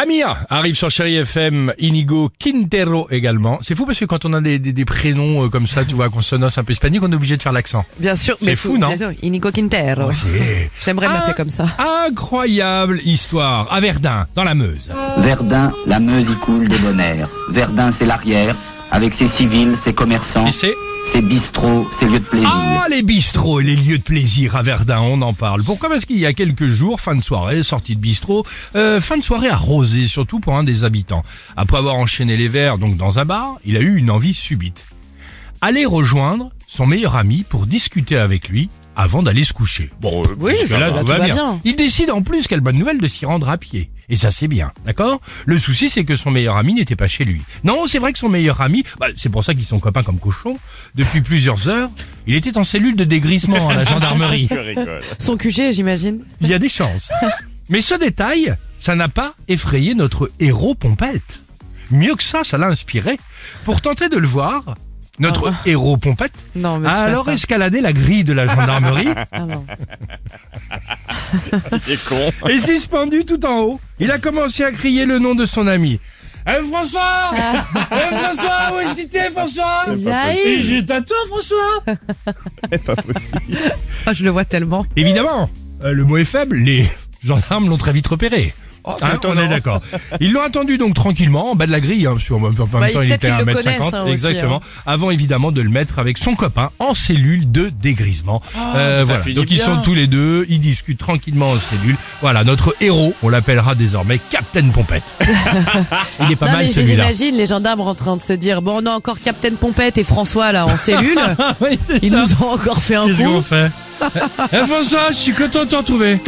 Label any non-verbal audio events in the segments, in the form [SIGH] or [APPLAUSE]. Amir arrive sur Chéri FM, Inigo Quintero également. C'est fou parce que quand on a des, des- des prénoms euh, comme ça, tu vois, à consonance un peu hispanique, on est obligé de faire l'accent. Bien sûr, C'est fou, non Ah. bien sûr, Inigo Quintero. J'aimerais m'appeler comme ça. Incroyable histoire à Verdun, dans la Meuse. Verdun, la Meuse y coule des bonheurs. Verdun, c'est l'arrière, avec ses civils, ses commerçants, Et c'est ses bistrots, ses lieux de plaisir. Ah, les bistrots et les lieux de plaisir à Verdun, on en parle. Pourquoi Parce qu'il y a quelques jours, fin de soirée, sortie de bistrot, euh, fin de soirée arrosée, surtout pour un des habitants. Après avoir enchaîné les verres, donc dans un bar, il a eu une envie subite. Aller rejoindre son meilleur ami pour discuter avec lui avant d'aller se coucher. Bon, euh, Oui, jusque-là, ça va, tout va bien. Il décide en plus, quelle bonne nouvelle, de s'y rendre à pied. Et ça, c'est bien, d'accord Le souci, c'est que son meilleur ami n'était pas chez lui. Non, c'est vrai que son meilleur ami, bah, c'est pour ça qu'ils sont copains comme cochons, depuis plusieurs heures, il était en cellule de dégrisement à [LAUGHS] la gendarmerie. Son QG, j'imagine. Il y a des chances. Mais ce détail, ça n'a pas effrayé notre héros Pompette. Mieux que ça, ça l'a inspiré. Pour tenter de le voir, Ah notre héros Pompette Non, mais a c'est pas alors ça. escaladé la grille de la gendarmerie Ah non. et suspendu tout en haut. Il a commencé à crier le nom de son ami. Eh François Eh François Où est-ce que t'es François Eh, Et Yaï je t'attends François Oh, je le vois tellement. Évidemment, euh, le mot est faible, les gendarmes l'ont très vite repéré. Hein, on est d'accord. Ils l'ont attendu donc tranquillement en bas de la grille, hein, parce qu'en même temps Bah, il peut-être était qu'ils à le 1m50, connaissent, hein, aussi, exactement. Avant évidemment de le mettre avec son copain en cellule de dégrisement. Euh, voilà. Donc ils sont tous les deux, ils discutent tranquillement en cellule. Voilà, notre héros, on l'appellera désormais Captain [LAUGHS] Pompette. il est pas non, mal mais je les celui-là. [LAUGHS] imagine, les gendarmes en train de se dire Bon, on a encore Captain Pompette et François là en [LAUGHS] cellule. Ah Oui, c'est Ils ça. nous ont encore fait un Qu'est-ce qu'on coup. fait Eh, François, je suis content de t'en trouver.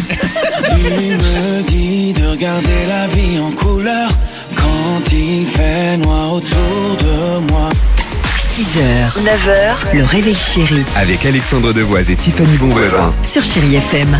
Il me dit de regarder la vie en couleur quand il fait noir autour de moi. 6h, 9h, le réveil chéri Avec Alexandre Devoise et Tiffany Bonvoisin. sur Chéri FM.